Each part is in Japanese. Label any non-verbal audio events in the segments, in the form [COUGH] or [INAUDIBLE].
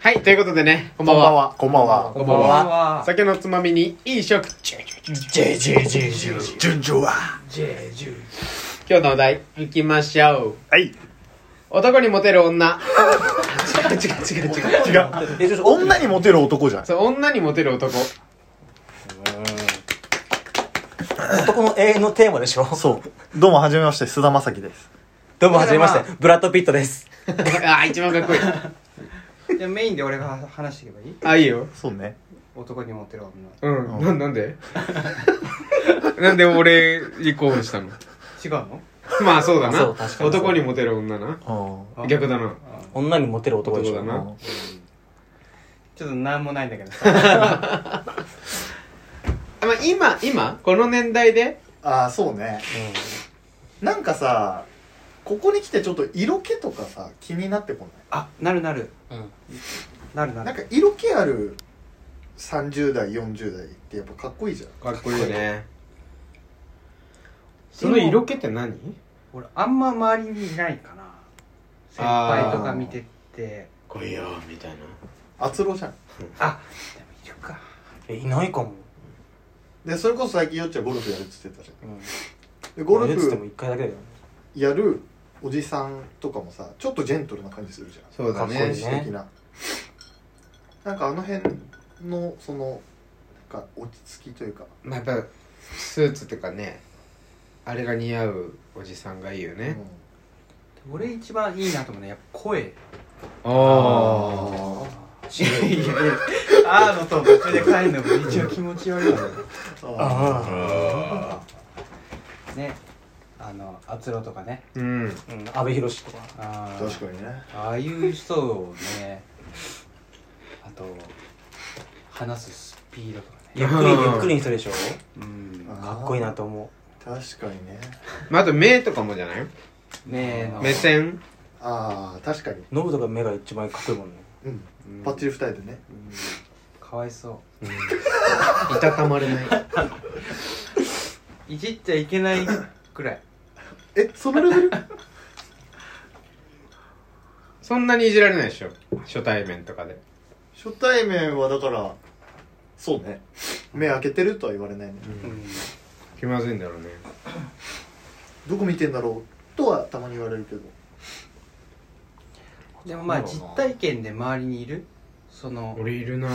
はい、ということでね、こんばこんんばんは。は。こんばんは。こんばんは。酒のつまみにいい食。チューチューチュー JJJ。順調は。今日のお題、いきましょう。はい。男にモテる女。違う違う違う違う。違う。え、ちょっと女にモテる男じゃん。そう、女にモテる男。 [LAUGHS] 男の永遠のテーマでしょ [LAUGHS] そう。どうも、はじめまして、須田まさきです。どうもはじめましてブラッド・ピットですああ、一番かっ [LAUGHS] こいい。じゃあメインで俺が話していけばいいあ、いいよ。そうね。男に持ってる女。うん。な、なん [LAUGHS] でなんで俺に候補したの違うのまあそうだそなう確。かにそう男にモテる女な。うん。あ逆だな。女にモテる男でし男ょだな。ちょっとなんもないんだけどさ。あまあ今、今、この年代で、ああ、そうね。なんかさ、ここに来てちょっと色気とかさ、気になってこあ、なるなる。うんなるなないる。なんか色気ある30代、40代ってやっぱかっこいいじゃん。かっこいいね。その色気って何俺あんま周りにいないかな。先輩とか見てって。来いよ、みたいな。あつろじゃん。あ、でもいるか。えいないかも、で、それこそ最近よっちゃんゴルフやるって言ってたじゃうん、ん。で、ゴルつってもフ一回だけだよやるおじさんとかもさ、ちょっとジェントルな感じするじゃん。そうだかっこねいい紳士的な、なんかあの辺のそのなんか落ち着きというかまあやっぱスーツとかねあれが似合うおじさんがいいよね、俺一番いいなと思うね。やっぱ声。ああいやいやいや。あーのと途中で帰るのも一応気持ち悪いよね。ああね。あの、あつろとかね。あうんあうん阿部寛とかあー確かにねああいう人をねあと話すスピードとかねゆっくりゆっくりにするでしょうんかっこいいなと思確かにねまああと目とかもじゃない目の目線ああ確かにうノブとか目が一番かっこいいもんねうんパッチリ二重でねかわいそいたたまれないういじっちゃいけ [LAUGHS] ないくらいえそのレベ [LAUGHS] ルそんなにいじられないでしょ初対面とかで初対面はだからそうね目開けてるとは言われないね、うん気まずいんだろうねどこ見てんだろうとはたまに言われるけどでもまあ実体験で周りにいるその俺いるな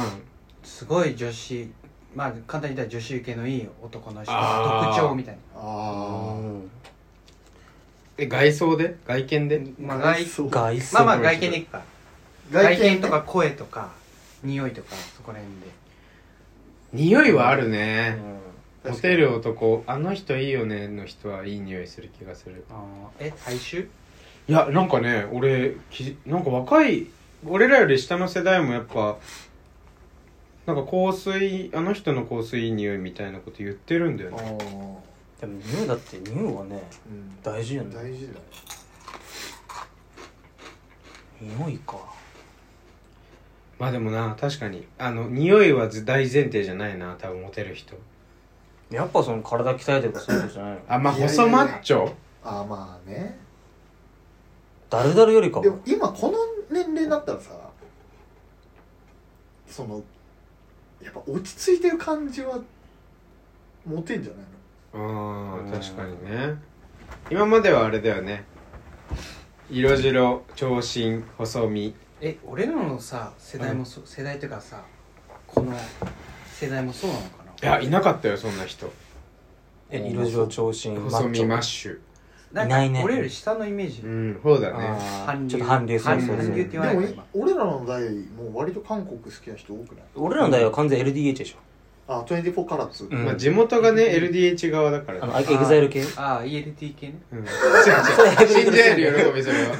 すごい女子まあ簡単に言ったら女子受けのいい男の人のあー特徴みたいなあうんえ外装で外見でまあ外そう外装まあまあ外見でいくかあ外見とねか声とか匂いとかそこら辺で匂いはあるうね、んモテる男あの人いいよねの人はいい匂いする気がするあーえ体臭いやなんかね俺きなんか若い俺らより下の世代もやっぱなんか香水あの人の香水いい匂いみたいなこと言ってるんだよあねーでも匂いだって匂いはねうん大事やね大事だね匂いかまあでもな確かにあの匂いはず大前提じゃないな多分モテる人やっぱその体鍛えてるからそういうことじゃないのあまあいやいやいや細マッチョああまあねダルダルよりかでもも今この年齢になったらさそのやっぱ落ち着いてる感じはモテんじゃないあのあ確かにね今まではあれだよね色白長身細身え俺らのさ世代もそ、世代というかさこの世代もそうなのかないやいなかったよそんな人え色白長身マ細ッチ身ョマッシュなんいかないね俺より下のイメージ、うんそうだねあ韓ー流ちょっと韓流そうそうそ韓流ってう言わないでのもい今俺らの代もう割と韓国好きな人多くない俺らの代は完全 LDH でしょあ24カラッツ、うんまあ地元がね LDH 側だからあねのエグザイル系ああ ELT 系ねうん違う違う。 [LAUGHS] 死んじゃえる喜びそれは。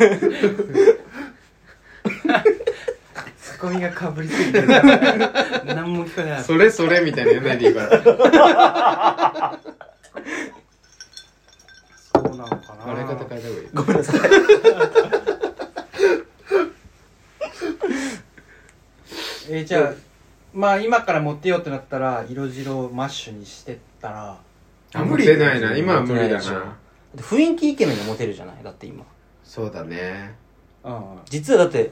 ツッコミがかぶりすぎてる何も聞こえないそれそれみたいな言わないでいいから。そうなのかな笑い方変えた方がいい。ごめんなさいえーじゃあまあ今から持ってようってなったら色白マッシュにしてったらあ、無理出ないな。今は無理出なだいでしょな。雰囲気イケメンがモテるじゃないだって今そうだね。うんうん実はだって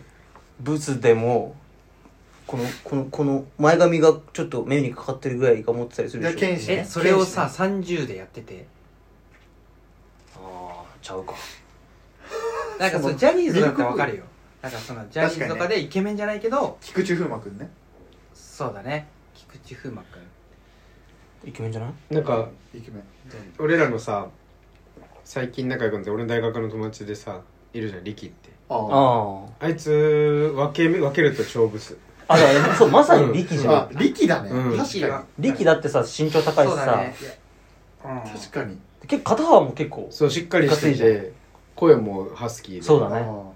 ブスでもこのこのこの前髪がちょっと目にかかってるぐらいが持ってたりするでしょいや剣士ええそれをさ30でやっててああちゃうかなんかそそううジャニーズだったらわかるよなんかそのジャニーズとか確かでイケメンじゃないけど菊池風磨くんねそうだね菊池風磨君イケメンじゃないなんかイケメン俺らのさ最近仲良くなって俺の大学の友達でさいるじゃん力ってあああいつ分け分けると超ブスああだからそうまさに力じゃあん力だね、うん確力かは力だってさ身長高いしそうださ、ねうんに確かに結構肩幅も結構そうしっかりしていかついて声もハスキーでそうだあねー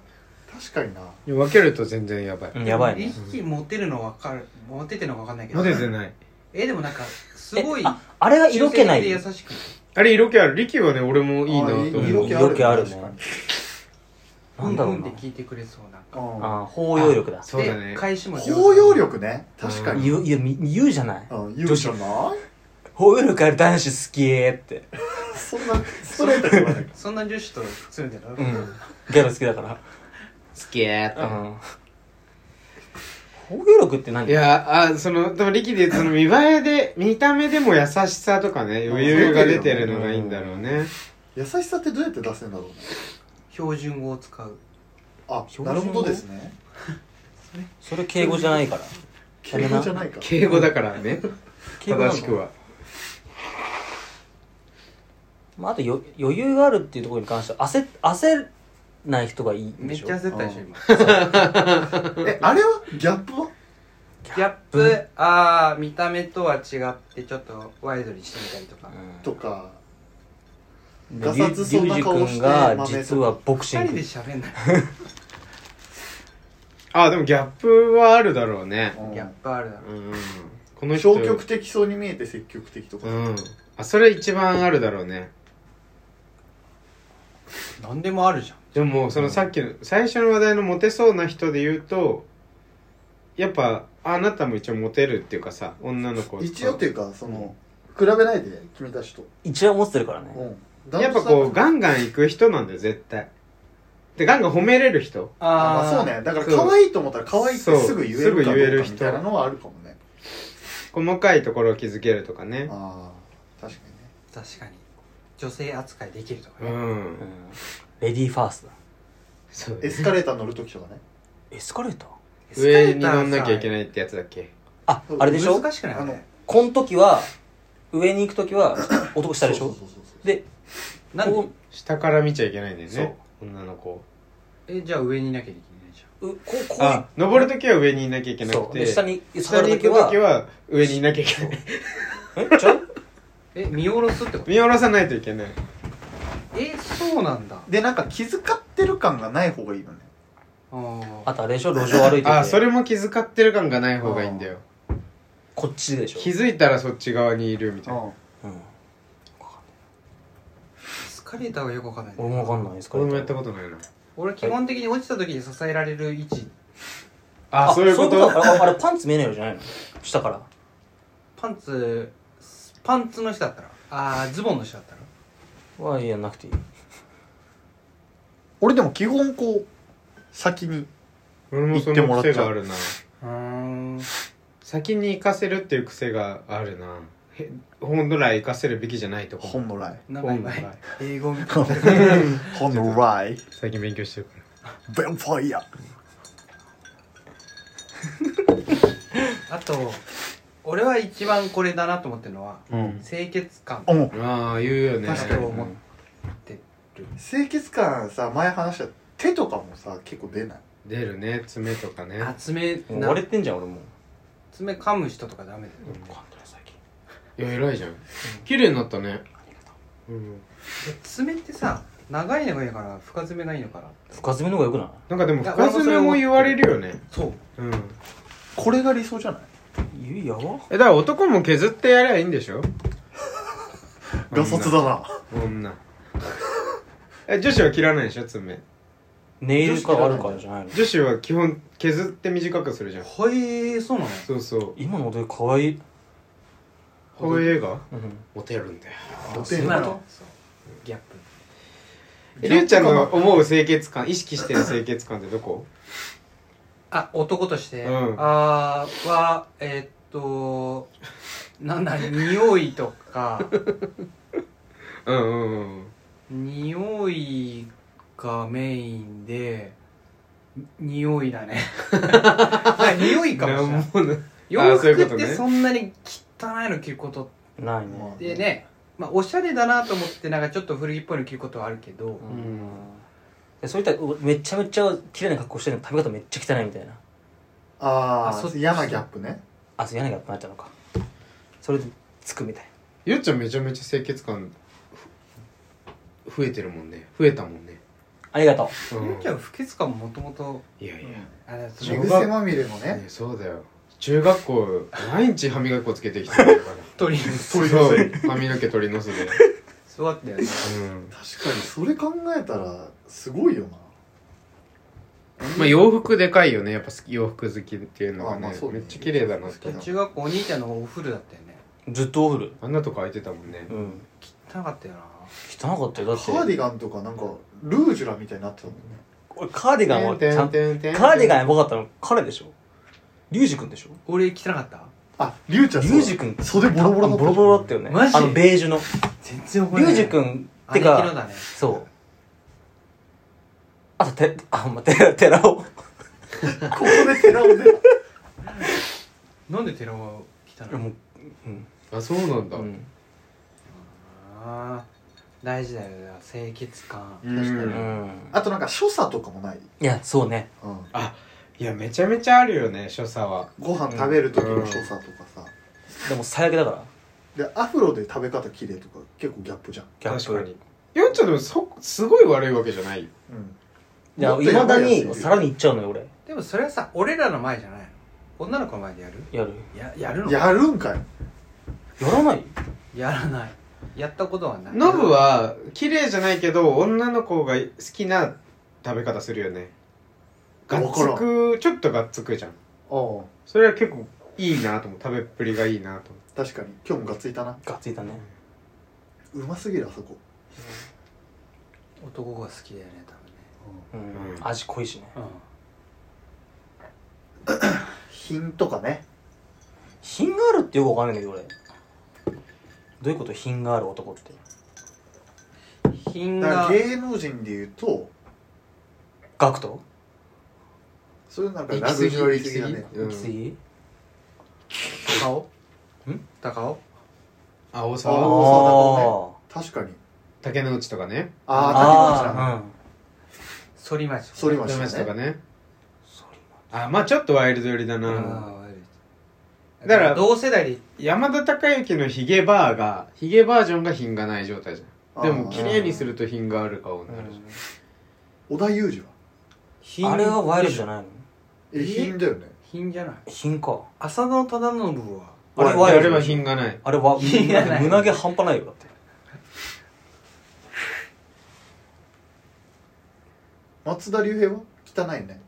確かになでも分けると全然やばい、うんやばいね力モテるのわかるモテてるのわかんないけどモテてないえでもなんかすごいえああれが色気ない中性的で優しくあれ色気ある力はね俺もいいなとあ思ーう色気ある色気ある確かになんんだろううんなで聞いてくれそうなあああ包容力だそうだねで返しもー上手包容力ね確かに、言ういやみ言うじゃないうん、言うじゃない包容力ある男子好きーってそんなストレートに言わないそんな女子とつるんでたのうんギャル好きだから好きやうん包容力って何いやあそのでも力で言うとその見栄えで見た目でも優しさとかね余裕が出てるのがいいんだろうね優しさってどうやって出せるんだろうね標準語を使うあ標準語なるほどですねそれ敬語じゃないから敬語じゃないか敬語だからね敬語なの正しくはまあ、あとよ余裕があるっていうところに関しては焦焦ない人がいいんめでっしょちゃ焦ったでしょ今えあれはギャップはギャップああ見た目とは違ってちょっとワイドにしてみたりとかとかうんガサツそうな顔してリュウジ君が実はボクシ二ン人でグ喋んないあでもギャップはあるだろうねうんギャップあるだろうんこの人消極的そうに見えて積極的とか、うんあそれ一番あるだろうね何でもあるじゃんでももうそのさっきの最初の話題のモテそうな人で言うとやっぱあなたも一応モテるっていうかさ女の子一応っていうかその比べないで決めた人、一応持ってるからうねん、やっぱこうガンガン行く人なんだよ絶対でガンガン褒めれる人あまあそうねだから可愛いと思ったら可愛いってすぐ言えるかそうすぐ言えどるうか人みたいなのはあるかもね細かいところを気づけるとかねああ確かにね確かに女性扱いできるとかうね、うんんレディーファーストだそうエスカレーター乗る時とかねエスカレーター上に乗んなきゃいけないないってやつだっけあそう [LAUGHS] あれでしょ難しくないあれこの時は上に行く時は男下でしそうょそうそうそうでなんでこ下から見ちゃいけないんだよね女の子えじゃあ上にいなきゃいけないじううこうこうあ登るときは上にいなきゃいけなそくうでて下に下下がにる行時くときはは上にいなきゃいけないえちゃうゃんえ見下ろすってこと見下ろさないといけないえそうなんだあでなんか気遣ってる感がない方がいいよねーあとあれでしょ路上歩いてあそてれも気遣ってる感がない方がいいんだよこっちでしょ気づいたらそっち側にいるみたいなあうんエスカレーターはよくわかんないね、俺もわかんないエスカレ俺ーもタやったーことないな俺基本的に落ちた時に支えられる位置あそういうことだああれパンツ見えないのじゃないの下からパンツパンツの人だったらあーズボンの人だったらはいやなくていい俺でも基本こう先に俺もそ言ってものらっちゃ癖うがあるなうーん先に行かせるっていう癖があるなへ本来行かせるべきじゃないとこ本のライ長い前本来英語みたいな本のライ最近勉強してるからヴァンパイアあと俺は一番これだなと思ってるのはうん清潔感おんああ言うよね確かに思ってる清潔感さ前話した手とかもさ結構出ない出るね爪とかねあ爪もうな割れてんじゃん俺も爪噛む人とかダメだよわかんない最近いや偉いじゃん綺麗になったねうん爪ってさ長いのがいいのから深爪がいいのかな深爪の方がよくないなんかでも深爪も言われるよねそううんこれが理想じゃないいややばえだから男も削ってやりゃいいんでし [LAUGHS] ょガサツだな女 [LAUGHS] え女子は切らないでしょ爪ネイルかあるからじゃないの女子は基本削って短くするじゃんはいそうなのそうそう今ので可愛いこういう映画うんモテるんだよモテるなそうギャップえりゅうちゃんの思う清潔感意識してる清潔感ってどこあ男として、うんあーはえーっとなんだ匂いとか [LAUGHS] うんうんうん匂いがメインで匂いだね匂いかもしれないもない洋あそうい服うこっとねてそんなに汚いの着ることないまねあでね、まあ、おしゃれだなと思ってなんかちょっと古着っぽいの着ることはあるけど、んうんそういったおめちゃめちゃ綺麗な格好してるの食べ方めっちゃ汚いみたいなああそっあち嫌なギャップねあそう嫌なギャップになっちゃうのかそれでつくみたいゆっちゃんめちゃめちゃ清潔感ふ増えてるもんね増えたもんねありがとうゆんうちゃん不潔感ももともといやいやあれだとそ寝う癖まみれのねねそうだよ中学校毎日歯磨き粉つけてきてるから [LAUGHS] 取りそう髪の毛取りのすでそうだったよねうん確かにそれ考えたらすごいよなまあ洋服でかいよねやっぱ好き洋服好きっていうのがあまあねそうだめねっちゃ綺麗だなって中学校お兄ちゃんのお風呂だったよねうずっとおフルあんなとこ空いてたもんねうん汚かったよな汚かったよだカってーディガンとかなんかルージュラみたいになってたもんね俺カーディガンはちゃんカーデディガンやばかったの彼でしょリュウジ君でしょ俺汚かったあリュウちゃんリュウジ君袖ボロボロだったボロボロだったよねマジあのベージュの全然覚リえュなウいジ君って姉貴のかだねそうあとてあまて寺尾ここで寺尾でなんで寺尾は汚いのもううんあそうなんだうんあー大事だよね清潔感うん確かうにんあとなんか所作とかもない、いやそうねうん、いやめちゃめちゃあるよね所作はご飯食べる時の所作とかさでも最悪だからでアフロで食べ方綺麗とか結構ギャップじゃん、ギャップ確かにゆっちゃんでもそすごい悪いわけじゃないようん、いやもっといやまばだいやついるにさらにいっちゃうのよ俺でもそれはさ俺らの前じゃないの女の子の前でやるやるややるのやるんかいやらないやらないやったことはないノブは綺麗じゃないけど女の子が好きな食べ方するよねがっつわかくちょっとがっつくじゃんああそれは結構いいなと思う食べっぷりがいいなと思確かに今日もガッツいたながっついたねうますぎるあそこ、男が好きだよね多分ねうんうん味濃いしね品とかね品があるってよくわかんないんだけど俺どういうこと品がある男って品だがから芸能人で言うとガクトそういうなんかラグジュアリー的な行ねき過ぎ行き過ぎ高尾ん高尾あ大あ沢あそー確かに竹之内とかねああ竹内だあーう反町ん反竹町之内だとかねねそれあまあちょっとワイルド寄りだあなー悪いだから同世代で山田孝之のヒゲバーがヒゲバージョンが品がない状態じゃんでもあー綺麗にすると品がある顔になるじゃん織田裕二は品あれはワイルドじゃないのええ品だよね品じゃない品か浅田忠信はあれあワイルれドはじゃん品がないあれは品がない胸毛半端ないよだって松田龍平は汚いね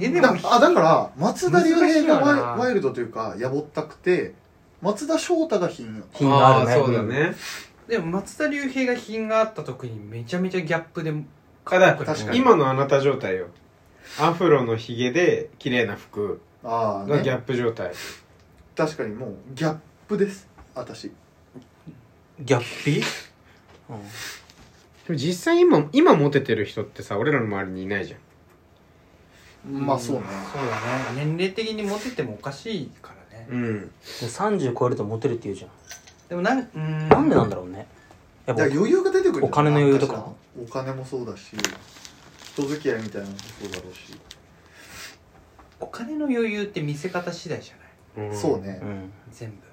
えでだもあだから松田龍平がワ難しいよイなワイルドというかやぼったくて松田翔太が品品があるねーそうだねでも松田龍平が品があった時にめちゃめちゃギャップでただ確かに今のあなた状態よアフロのヒゲで綺麗な服ああ、がギャね、ップ状態、確かにもうギャップです私ギャッピーうんでも実際今今モテてる人ってさ俺らの周りにいないじゃんまあそうねそうだね年齢的にモテてもおかしいからねうんで30超えるとモテるって言うじゃんでもなんうーんなんでなんだろうねやだかっぱら余裕が出てくるんじゃないお金の余裕とか確にお金もそうだし人付き合いみたいなのもそうだろうし、お金の余裕って見せ方次第じゃないそうねう、ん全部だか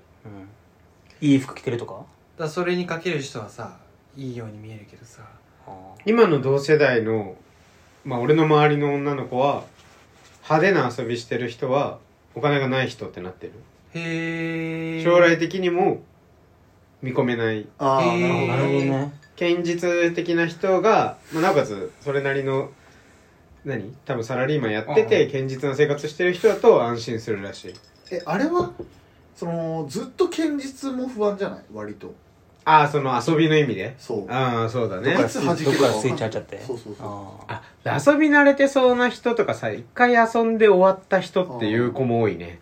うんいい服着てるとからそれにかける人はさいいように見えるけどさあ今の同世代のまあ俺の周りの女の子は派手な遊びしてる人はお金がない人ってなってる、へえ将来的にも見込めないああへーなるほどーなるほどね堅実的な人が、まあ、なおかつそれなりの何多分サラリーマンやっててうん堅実な生活してる人だと安心するらしいえあれはそのずっと堅実も不安じゃない割とああその遊びの意味でそうああそうだねいつ弾けるかどっからスイッチ入っちゃってそうそうそああ遊び慣れてそうな人とかさ一回遊んで終わった人っていう子も多いね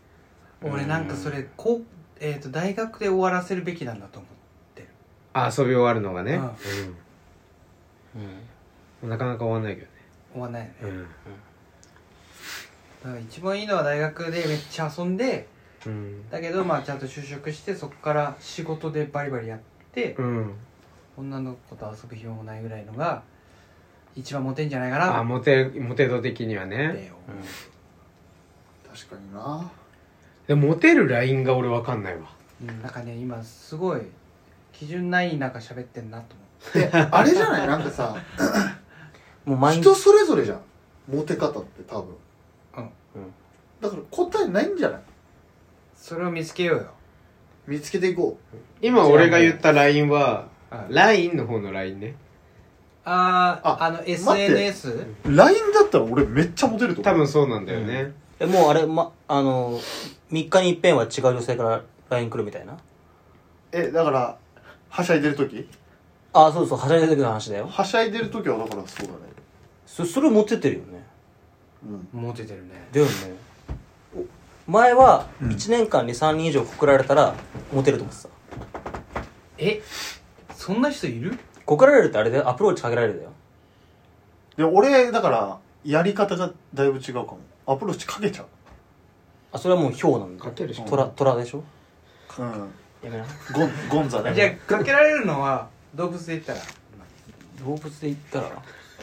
俺なんかそれこう、えー、と大学で終わらせるべきなんだと思あ遊び終わるのがね、うんーうんうんなかなか終わんないけう終わんないよね、どねだから一番いいのは大学でめっちゃ遊んでうんだけどまあちゃんと就職してそこから仕事でバリバリやってうん、女の子と遊ぶ暇もないぐらいのが一番モテんじゃないかああなっモテモテ度的にはねてうんう確かになでモテるラインが俺わかんないわうんなんかね今すごい基準ない中喋ってんなと思ってであれじゃないなんかさもう毎日人それぞれじゃんモテ方って多分うんだから答えないんじゃないそれを見つけようよ、見つけていこ今俺が言ったラインはあラインの方のラインねあーああのって SNS う LINE だったら俺めっちゃモテると思う多分そうなんだよね、えもうあれまあの3日に一遍は違う女性から LINE 来るみたいなえだからはしゃいでる時あそうそうはしゃいでた時の話だよはしゃいでる時はだからそうだねそそれ持ってってるよねうんモテてるねだよねお前はうん1年間に3人以上告られたらモテると思ってたえそんな人いる告られるってあれだよアプローチかけられるだよで俺だからやり方がだいぶ違うかもアプローチかけちゃうあそれはもうヒョウなんだかけるしトラトラでしょうんやめなゴンゴンザねじゃあかけられるのは動物で言ったら動物で言ったら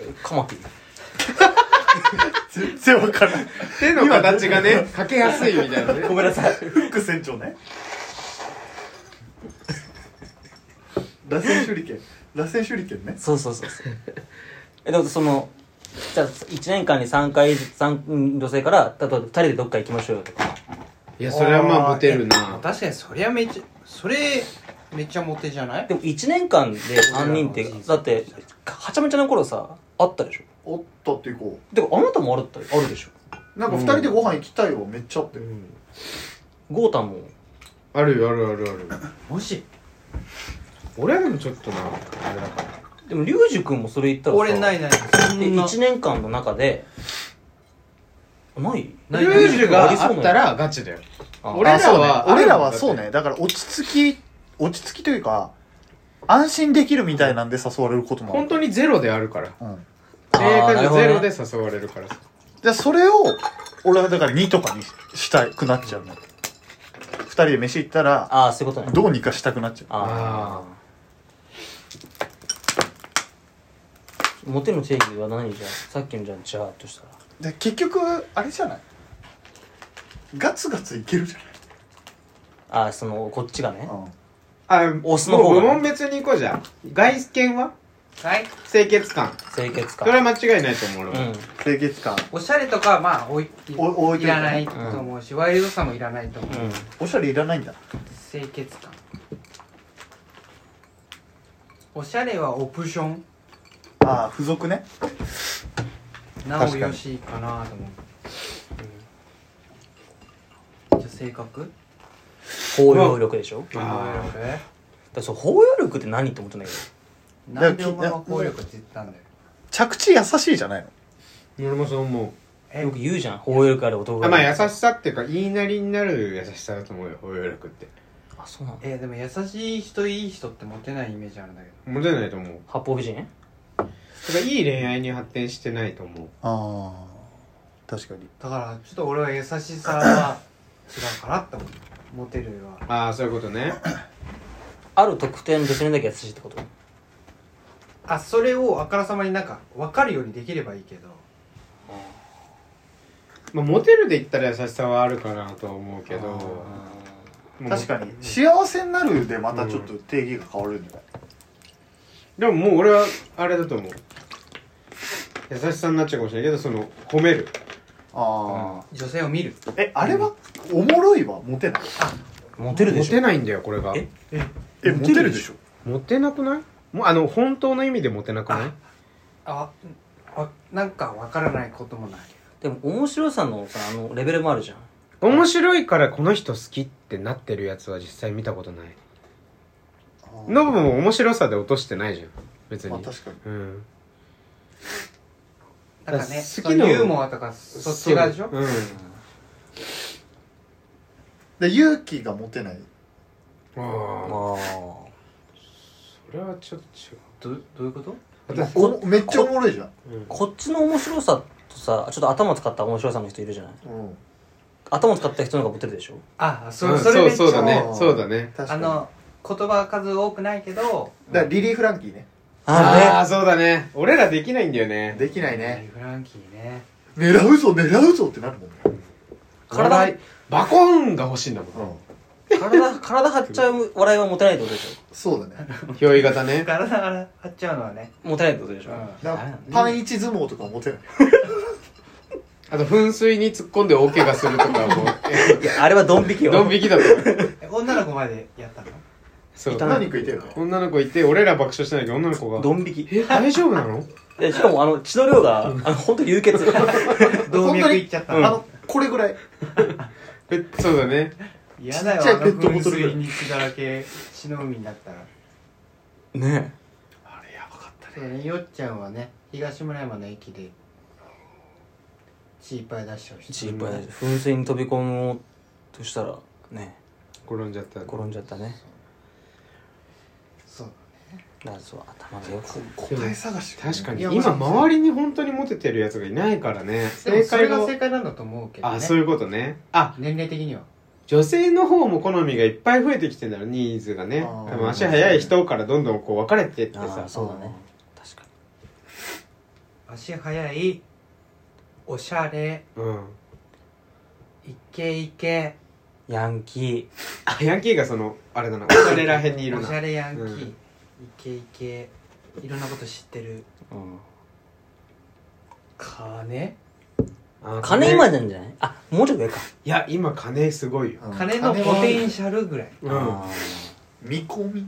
えカマキリ全然わからない手の形 [LAUGHS] がねかけやすいみたいなねごめんなさいフック船長ね螺旋手裏剣螺旋手裏剣ねそうそうそう [LAUGHS] そうえでもそのじゃあ1年間に3回三女性から例えば2人でどっか行きましょうよとか [LAUGHS] いやそれはまあモテるな確かにそりゃめっちゃそれめっちゃモテじゃないでも1年間で3人って俺らの人生だってはちゃめちゃな頃さあったでしょおっとっていこでもあなたもあるったあるでしょうなんか二人でご飯行きたいわめっちゃあってうんゴータンもあるよあるあるあるもし俺はでもちょっとなあれだからでも龍二君もそれ言ったらさ俺ないないそでんな1年間の中でないないルージュがあったらガチだよあ俺らはあそうね俺らはあるんだってそうねだから落ち着き落ち着きというか安心できるみたいなんで誘われることもあ本る当にゼロであるからうんあー正解なるがほどゼねロで誘われるからさじゃあそれを俺はだから2とかにしたくなっちゃうの二人で飯行ったらああそういうことねどうにかしたくなっちゃうああモテの定義は何じゃあさっきのじゃんじゃあとしたらで結局あれじゃないガツガツいけるじゃああそのこっちがねない、うん、あオスの方もうがね部門別に行こうじゃん外見ははい清潔感清潔そ感れは間違いないと思うう俺はん清潔感おしゃれとかまあおいお置いいてるらないと思うし、ワイルドさもいらないと思う、うんおしゃれいらないんだ清潔感おしゃれはオプションああ付属ねなおよしかなと思う、じゃあ性格包容力でしょだかあーらそう包容力って何って思ったんだけどなんでお前は効力って言ったんだよ着地優しいじゃないの俺もそう思えよく言うじゃん包容力ある男うがあまあ優しさっていうか言いなりになる優しさだと思うよ包容力ってあそうなのえーでも優しい人いい人ってモテないイメージあるんだけどモテないと思う八方美人だからいい恋愛に発展してないと思うああ確かにだからちょっと俺は優しさは違うかなって思うモテるはああそういうことねある特定の女性にだけ優しいってことあそれをあからさまになんか分かるようにできればいいけどまあモテるで言ったら優しさはあるかなとは思うけどもう確かに幸せになるでまたちょっと定義が変わるんじゃない、でももう俺はあれだと思う優しさになっちゃうかもしれないけどその褒めるあ女性を見るあえあれは、おもろいはモテないモテるでモしょテないんだよこれがええモモテるテるででししょモテなくないもうあの本当の意味でモテなくないあわなんか分からないこともないでも面白さのさあのレベルもあるじゃん面白いからこの人好きってなってるやつは実際見たことないあノブも面白さで落としてないじゃん別に、まあ確かにうんだからだかねらそ好きのなユーモアとかそっち側でしょうんで勇気が持てないあああそれはちょっと違どうどういうこと私おもめっちゃおもろいじゃんこっちの面白さとさちょっと頭使った面白さの人いるじゃないうん頭使った人の方がモテるでしょあそ,、ううんそれめっちゃそうだねあーそうだね確かあにの言葉数多くないけどだからリリー・フランキーねあああそうだね俺らできないんだよねできないねフランキーね狙うぞ狙うぞってなるもんね体笑いバコーンが欲しいんだもんれ体体張っちゃう笑いはモテないってことでしそうだね憑依型ね体が張っちゃうのはねょモテないってことでしょ、うんだかダらメだねパンイチ相撲とか持てないあと噴水に突っ込んで大怪我するとかもいやあれはドン引き [LAUGHS] よドン引きだと思うえ女の子までや [LAUGHS] ったのそういた何食いてるか女の子いて俺ら爆笑してないけど女の子がドン引きえ大丈夫なのでしかもあの血の量が、あの本当流血 [LAUGHS] 動脈いっちゃったあのこれぐらいえそうだね嫌だよちっちゃいあのペットボ噴トル水に血だらけ血の海になったらねあれやばかったそうねよっちゃんはね東村山の駅で血いっぱい出してほしえい血いっぱいだし噴水に飛び込もうとしたらね転んじゃった転んじゃったねそうだからそう頭がよく答え探し確かにいや今まあ周りに本当にモテてるやつがいないからねでも正それ解がを正解なんだと思うけどねあそういうことねあ年齢的には女性の方も好みがいっぱい増えてきてんだろうニーズがねあー多分足早い人からどんどんこう分かれてってあーさそうだね確か足速いおしゃれうんイケイケにヤンキあヤンキーがそのあれだなおしゃれらへんにいるおしゃなれヤンキー、うんイケイケいろんなこと知ってるー、うん金あ金今なんじゃないあもうちょい上かいや今金すごいようん金のポテンシャルぐらいうんあー見込み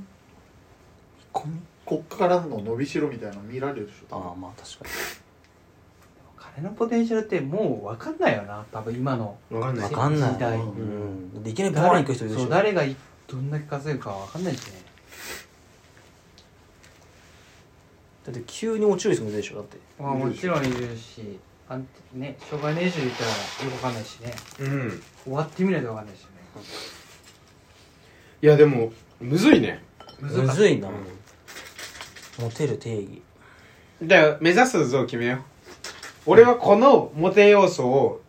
コミこっからの伸びしろみたいなの見られるでしあょあまあ確か金のポテンシャルってもう分かんないよな多分今の分かんになわいかんない時代うん、でいきなりボーン行く人いるでしそうょ誰がいどんだけ稼ぐか分かんないしねだって急に落ちる人もいるでしょだってまあもちろんいるしあんね障害年収いたらよく分かんないしねうん終わってみないと分かんないしねいやでもむずいねむ難しいずいな、うモテる定義んだから目指す像を決めよう俺はこのモテ要素を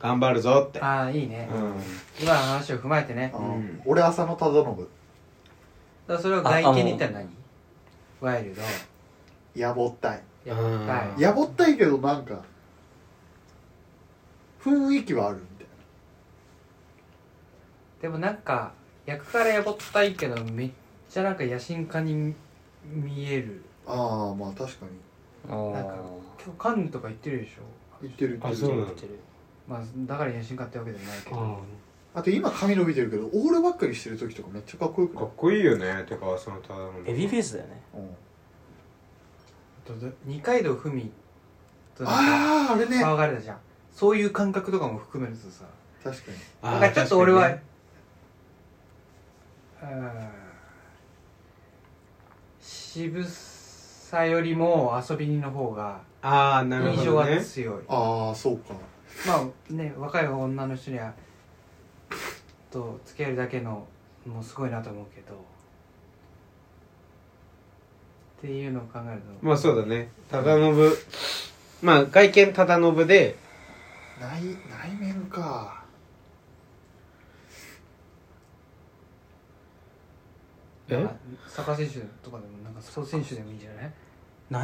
頑張るぞってああいいね、うん今の話を踏まえてねだうかん俺浅野忠信らそれは外見にいったら何ワイルドやぼったいやっぱうんりやぼったいけどなんか雰囲気はあるみたいでもなんか役からやぼったいけどめっちゃなんか野心家に見えるなああまあ確かにあーなんか今日カンヌとか言ってるでしょ言ってる言あってそうるなモのテるまあだから野心家ってわけじゃないけどあと今髪伸びてるけどオールバックにしてる時とかめっちゃかっこよくなかいっこいいよねてかそのただのエビフェイスだよねうんあとだ二階堂ふみとなんかあああれね騒がれたじゃんそういう感覚とかも含めるとさ確かにあなーんかちょっと俺は、確うん渋さよりも遊び人の方がかにねああなる印ほ象どはね強い、ああそうかまあね若い女の人にはと付き合えるだけのもうすごいなと思うけどっていうのを考えるとまあそうだね忠信まあ外見忠信で内内面かえなんかサッカー選手とかでもなんかスポーツ選手でもいいんじゃない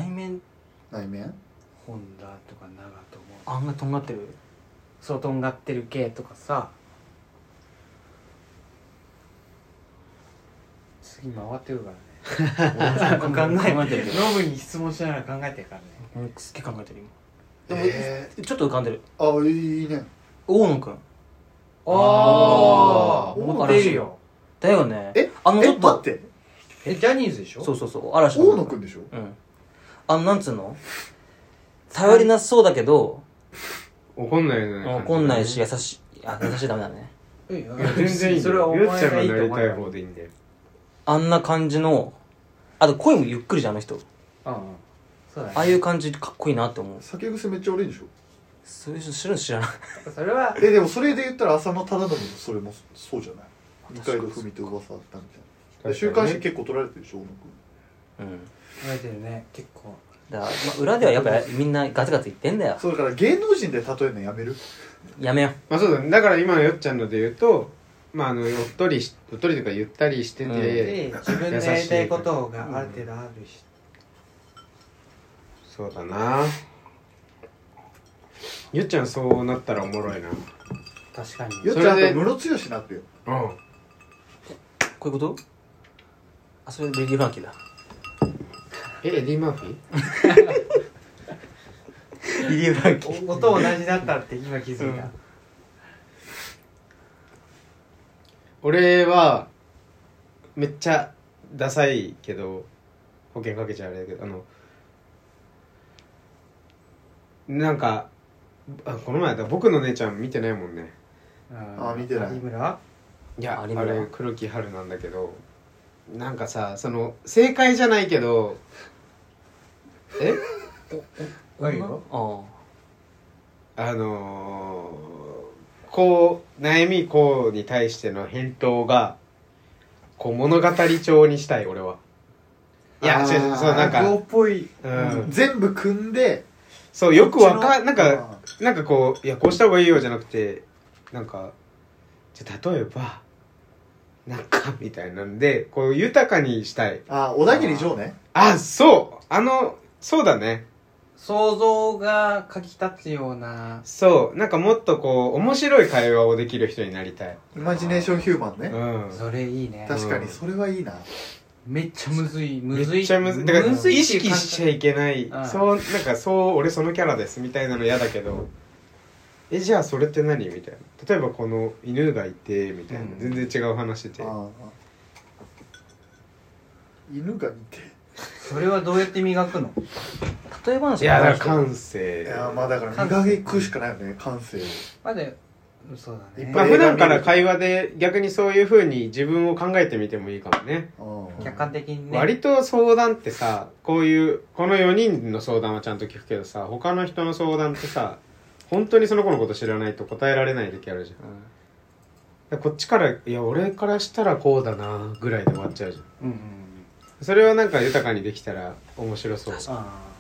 内面内面本田とか長友あんがとんがって [LAUGHS] るそうとんがってる系とかさ次回ってくるからね考えてるノブに質問しながら考えてるからねうんすっげえ考えてる今でも、えちょっと浮かんでるえあいいね大野くんあー思ってるよだよねえあのちょえっ待っとてえジャニーズでしょそうそうそう嵐大野くんでしょうんあのなんつうの頼りなさそうだけど怒んないよね怒んないし優しいあ優しいダメだねいやいや全然いいよそれはお前ゆっちゃんががいいなとり思うたいよ方でいいんだよあんな感じの、あと声もゆっくりじゃん、あの人。ああそうだねああいう感じかっこいいなって思う。酒癖めっちゃ悪いんでしょそういう人知るの知らない。それはえでもそれで言ったら浅野忠信もそれもそうじゃない二階堂ふみと噂だったみたいなで週刊誌結構取られてるでしょ小野君うん。言われてるね結構だから、まあ、裏ではやっぱみんなガツガツ言ってんだよ。そうだから芸能人で例えるのやめるやめよう。まあそうだねだから今のよっちゃんので言うとまああのよっとりしよっとりというかゆったりしてて、で自分でやりたいことがある程度あるし、そうだなゆっちゃんそうなったらおもろいな確かによっちゃんとムロツヨシになってようんこういうことあ、それレディー・フランキーだ。えエディ・マーフィーレディー・フランキー。お音同じだったって今気づいた、俺はめっちゃダサいけど保険かけちゃあれだけどあのなんかあこの前だ僕の姉ちゃん見てないもんねうんあ見てない有村いやあ有村れ黒木春なんだけどなんかさその正解じゃないけどえはいよああのーこう悩みこうに対しての返答がこう物語調にしたい俺はいやあー違う違うそうなん落か語っぽい、うん全部組んでそうよくわかなんうかなんかこういやこうした方がいいよじゃなくてなんかじゃあ例えばなんかみたいなんでこう豊かにしたいあ小田切城ねあそうあのそうだね想像がかき立つようなそうなんかもっとこう面白い会話をできる人になりたいイマジネーションヒューマンね、うんそれいいね確かにそれはいいな、めっちゃむずいむめずいっちゃむずいだから意むずいっていう識感しちゃいけないうんそうなんかそう俺そのキャラですみたいなの嫌だけどえじゃあそれって何みたいな例えばこの犬がいてみたいうな、ん全然違う話でああ犬が見てそれはどうやって磨くのあ。例え話いやだからか感性いやまあだから磨くしかないよね感性をまだそうだいねっまぱあい普段から会話で逆にそういうふうに自分を考えてみてもいいかもねうん客観的にね割と相談ってさこういうこの4人の相談はちゃんと聞くけどさ他の人の相談ってさ本当にその子のこと知らないと答えられない時あるじゃんうんでこっちから「いや俺からしたらこうだな」ぐらいで終わっちゃうじゃうんうんんうんそれをなんか豊かにできたら面白そう考あ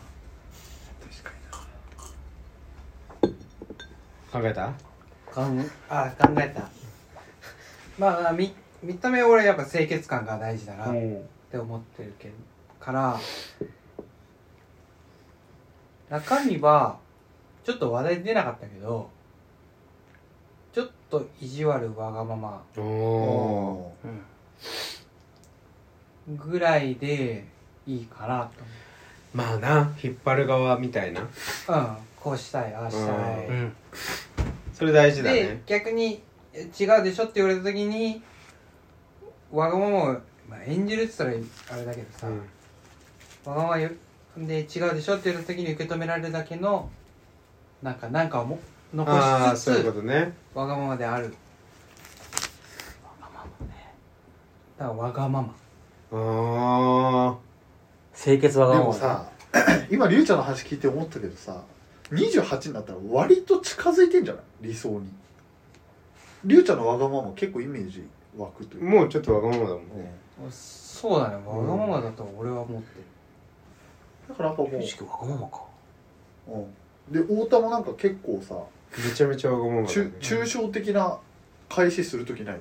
えたーかんあー考えたまあ見見た目俺やっぱ清潔感が大事だなっんて思ってるけどから中身はちょっと話題に出なかったけどちょっと意地悪わがままおうんおうんぐらいでいいかなまあな引っ張る側みたいなと思ううんこうしたいああしたい、うん。それ大事だでね逆にえ違うでしょって言われた時にわがままを、まあ、演じるって言ったらあれだけどさ、うんわがままよで違うでしょって言われた時に受け止められるだけのなんかなんかをも残ああしつそういうこつとねわがままであるわがままねだからわがままあ清潔わがでまま。もさ [CLEARS THROAT] 今りゅうちゃんの話聞いて思ったけどさ28になったら割と近づいてんじゃない理想にりゅうちゃんのわがまま結構イメージ湧くとあいうか、もうちょっとわがままだもんねそうだねわがままだと俺は思ってる、だからやっぱもう、意識わがままか。うん、で太田もなんか結構さめちゃめちゃわがままだ、ね中、抽象的な開始する時ない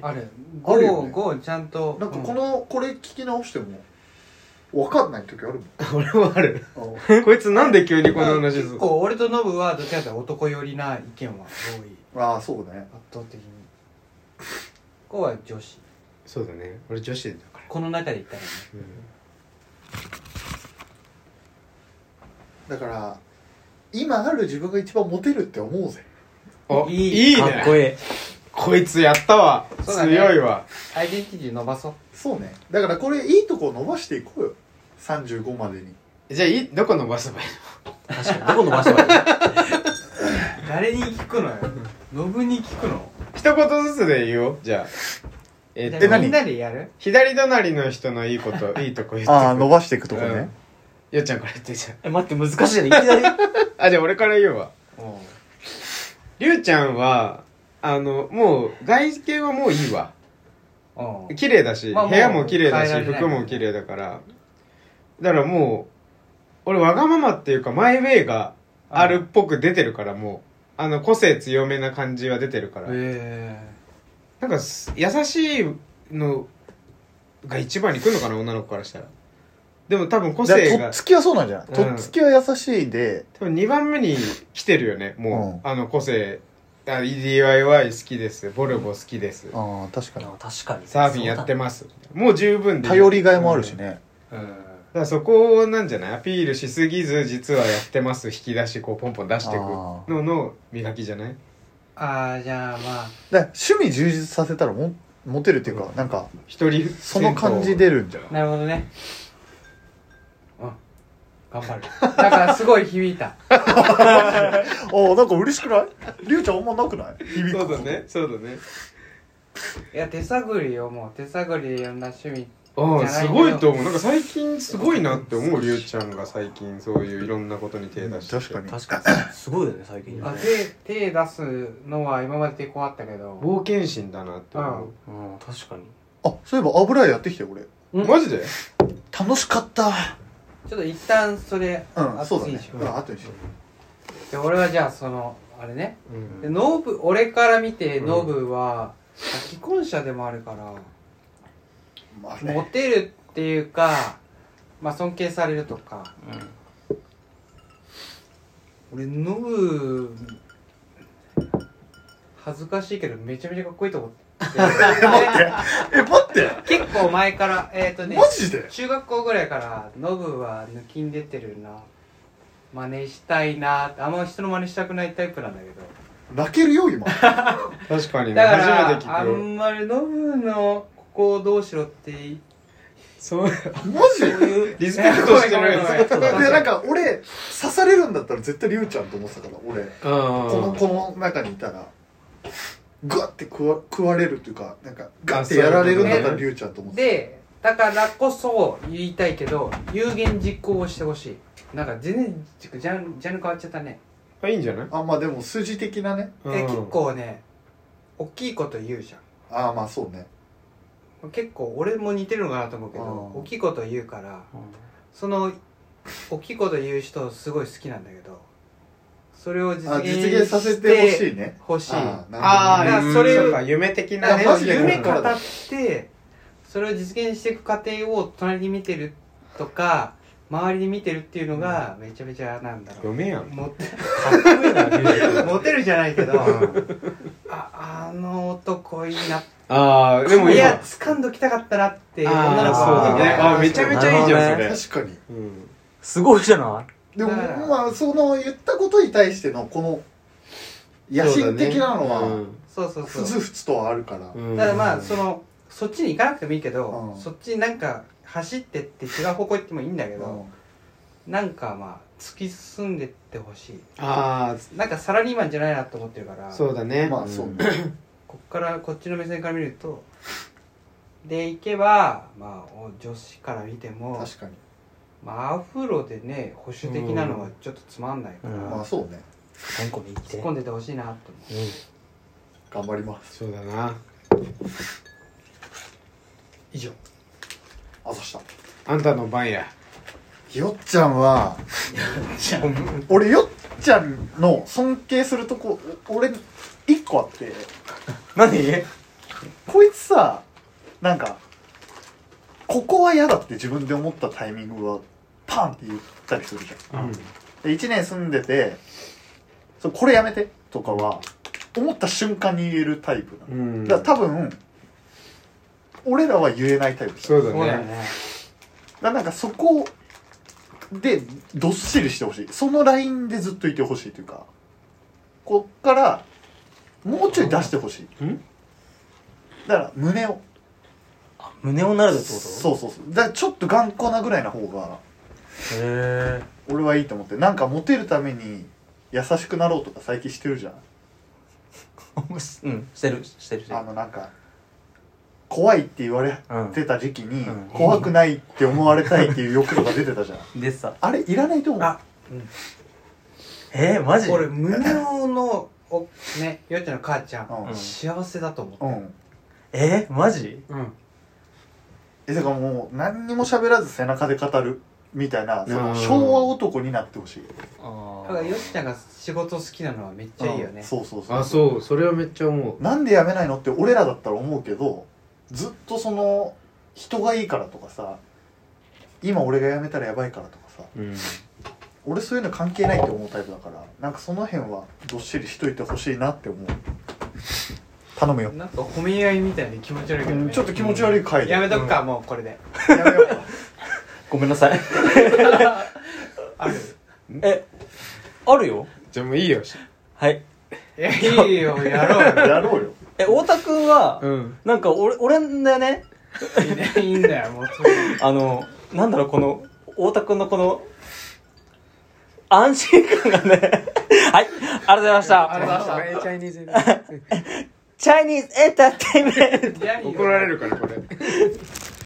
あるあるよね5ちゃんとなんかこうんの、これ聞き直しても分かんない時ある [LAUGHS] 俺もあるもん [LAUGHS] こいつなんで急にこの話す結構俺とノブはどちらかというと男寄りな意見は多いああそうね圧倒的にこうは女子そうだね俺女子だからこの中で言ったらねだから今ある自分が一番モテるって思うぜうんあいいいいねかっこいい。こいつやったわそうだね強いわアイデンティティ伸ばそうそうねだからこれいいとこ伸ばしていこうよ35までにじゃあいどこ伸ばせばいい確かに。どこ伸ばせばいい誰に聞くのよノブに聞くの一言ずつで言おうじゃあえっじゃとあえ何みんなでやる左隣の人のいいこと、いいとこ言ってくああ伸ばしていくとこね、うんよっちゃんから言ってじゃん。 [LAUGHS] え、待って、難しいね。いきなり。あ、じゃあ俺から言うわ。りゅうちゃんは、あの、もう、外見はもういいわ。うん綺麗だし、まあもう部屋も綺麗だし変えられない服も綺麗だからだからもう俺わがままっていうかマイウェイがあるっぽく出てるからもうあの個性強めな感じは出てるからえなんかす優しいのが一番に来るのかな女の子からしたらでも多分個じゃあ性とがっつきはそうなんじゃない、うんとっつきは優しいで多分2番目に来てるよねもう、あの個性あ DIY 好きですボルボ好きです、ああ確かにあ確かに。サーフィンやってますもう十分でいい頼りがいもあるしね、えだからそこなんじゃないアピールしすぎず実はやってます引き出しこうポンポン出していくあのーの磨きじゃないああじゃあまあだから趣味充実させたらもモテるっていうか、なんか一人その感じ出るんじゃないなるほどねうん頑張るだからすごい響いたああなんか嬉しくないりゅうちゃんあんまなくない響くそことうだねそうだねいや手探りよもう手探りでいろんな趣味あじゃなあいすよごいと思うなんか最近すごいなって思うりゅうちゃんが最近そういういろんなことに手出して確かに確かに。すごいよね、最近。あ手手出すのは今まで抵抗あったけど冒険心だなって思うん、確かに。あそういえば油絵やってきて俺う、うんマジで楽しかったちょっと一旦それうんそうだにねしようう、ん後にしよで俺はじゃあそのあれねうんでノブ俺から見てうんノブは、あ既婚者でもあるからうまあモねテるっていうかまあ尊敬されるとか俺ノブ恥ずかしいけどめちゃめちゃかっこいいと思ってえ待って [LAUGHS] 結構前からえっ、とねマジで中学校ぐらいからノブは抜きん出てるな真似したいなってあんま人の真似したくないタイプなんだけど泣けるよ [LAUGHS] 今確かにねだから初めてあ聞くんまりノブのここをどうしろっていそうマジそうでいう。リスペクトしてるごめんごめんごめやんつでなんか俺刺されるんだったら絶対りゅうちゃんと思ってたから俺このうこの中にいたらグワッて食わ食われるっていうかなんかガッてやられるんだったらりゅうちゃんと思ってでだからこそ言いたいけど有言実行をしてほしいなんか全然ジャンジャンル変わっちゃったね、んいいんじゃないたあまあでも数字的なねえうん結構ね大きいこと言うじゃんああまあそうね結構俺も似てるのかなと思うけどあー大きいこと言うからその大きいこと言う人すごい好きなんだけどそれを実あ現実現させてほしいいねほしいあーなるほどねああそれをか夢的だかなねらまマずジで夢こ語れからだってそれを実現していく過程を隣に見てるとか周りに見てるっていうのがめちゃめちゃなんだろう嫁やんモテかっこいいな、リュウジモテるじゃないけどああの男いいなああでもい今や掴んどきたかったなって女の子あーそうだねあーめちゃめちゃいいじゃんそなるほどれ確かにうんすごいじゃないでもだからまあその言ったことに対してのこの野心的なのそうだはねそうそうそふうつふつとはあるからうんただまあそのそっちに行かなくてもいいけど、うんそっちになんか走ってって違う方向行ってもいいんだけど、なんかまあ突き進んでってほしあいなんかサラリーマンじゃないなと思ってるからあそうだうねんまあそうねこっからこっちの目線から見るとで行けばまあお女子から見ても、確かにまあ、アフロでね保守的なのはちょっとつまんないから、うんまあそうね健康に行っ突てっ。込んでてほしいなと思ううん頑張りますそうだな以上朝下あんたの番やよっちゃんは俺よっちゃんの尊敬するとこ俺一個あって何こいつさなんかここは嫌だって自分で思ったタイミングはパンって言ったりするじゃんで1年住んでてそうこれやめてとかは思った瞬間に言えるタイプなの、うんだから多分俺らは言えないタイプだそうだそうだねねからなんかそこでどっしりしてほしいそのラインでずっといてほしいというかこっからもうちょい出してほしいうんだから胸を胸をなるってことそうそうそうだからちょっと頑固なぐらいな方がう。へえ。俺はいいと思ってなんかモテるために優しくなろうとか最近してるじゃんうん、してる、してる、してある。のなんか怖いって言われうんてた時期に、うん怖くないって思われたいっていう欲とか出てたじゃんでさあれいらないと思うあえー、マジ俺無料のおねよっちゃんの母ちゃん、うん幸せだと思ううんえー、マジうんえだからもう何にも喋らず背中で語るみたいなその昭和男になってほしいあだからよっちゃんが仕事好きなのはめっちゃいいようんねそうそうそうあそうそれはめっちゃ思うなんでやめないのって俺らだったら思うけどずっとその人がいいからとかさ今俺が辞めたらやばいからとかさうん俺そういうの関係ないって思うタイプだからなんかその辺はどっしりしといてほしいなって思う頼むよ、なんか褒め合いみたいで気持ち悪いけど、うんね、ちょっと気持ち悪い回でやめとくか、もうこ [LAUGHS] れでやめようかごめんなさいある [LAUGHS] えあるよじゃあもういいよはいいやいいよやろうやろうよえ太田君は、うんなんか俺俺だよねよいいんだよもうそういうあのなんだろうこの太田君のこの安心感がね [LAUGHS] はいありがとうございましたありがとうございましチャイニーズチャイニーズエンターテインメントたいやいいよ怒られるからこれ